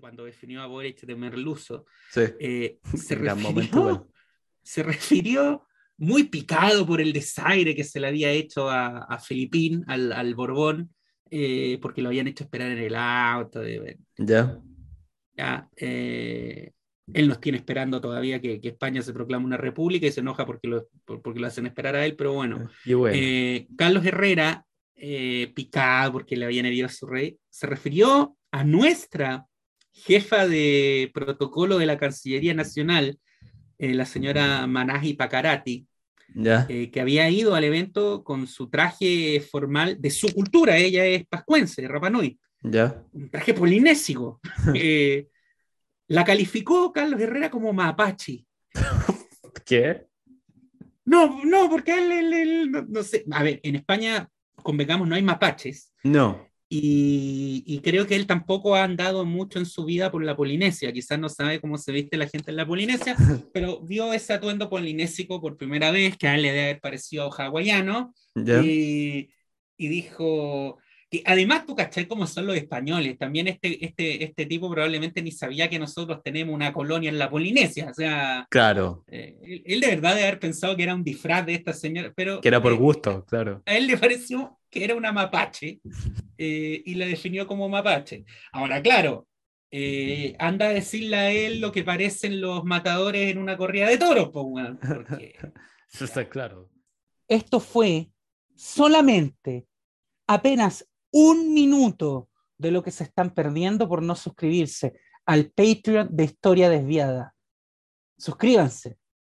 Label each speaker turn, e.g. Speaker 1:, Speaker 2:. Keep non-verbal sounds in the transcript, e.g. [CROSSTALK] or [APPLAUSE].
Speaker 1: cuando definió a Boric de merluzo,
Speaker 2: Sí,
Speaker 1: eh,
Speaker 2: [LAUGHS]
Speaker 1: se,
Speaker 2: gran
Speaker 1: refirió,
Speaker 2: momento, bueno.
Speaker 1: se refirió muy picado por el desaire que se le había hecho a, a Felipín, al, al Borbón, eh, porque lo habían hecho esperar en el auto. y bueno,
Speaker 2: Ya.
Speaker 1: ya, eh, él nos tiene esperando todavía que, que España se proclame una república y se enoja porque lo, por- porque lo hacen esperar a él, pero bueno.
Speaker 2: Y bueno.
Speaker 1: Eh, Carlos Herrera, eh, picado porque le habían herido a su rey, se refirió a nuestra jefa de protocolo de la Cancillería Nacional, eh, la señora Manaji Pacarati,
Speaker 2: ya.
Speaker 1: eh, que había ido al evento con su traje formal de su cultura. Ella es pascuense, de Rapanui,
Speaker 2: ya.
Speaker 1: un traje polinésico. Eh, la calificó Carlos Herrera como mapachi.
Speaker 2: ¿Qué?
Speaker 1: No, no, porque él, él- él- no- no sé. A ver, en España, convengamos, no hay mapaches.
Speaker 2: No.
Speaker 1: Y, y creo que él tampoco ha andado mucho en su vida por la Polinesia, quizás no sabe cómo se viste la gente en la
Speaker 2: [LAUGHS]
Speaker 1: Polinesia, pero vio ese atuendo polinésico por primera vez, que a él le debe haber parecido hawaiano,
Speaker 2: Ya.
Speaker 1: y, y dijo, que además tú cachai cómo son los españoles, también este, este, este tipo probablemente ni sabía que nosotros tenemos una colonia en la Polinesia, o sea,
Speaker 2: Claro.
Speaker 1: eh, él, él de verdad debe haber pensado que era un disfraz de esta señora, pero...
Speaker 2: Que era por
Speaker 1: eh,
Speaker 2: gusto, claro.
Speaker 1: a él le pareció que era una mapache eh, y la definió como mapache. Ahora, claro, eh, anda a decirle a él lo que parecen los matadores en una corrida de toros, po, weón, porque
Speaker 2: [LAUGHS] Eso está claro.
Speaker 1: esto fue solamente apenas un minuto de lo que se están perdiendo por no suscribirse al Patreon de Historia Desviada. Suscríbanse.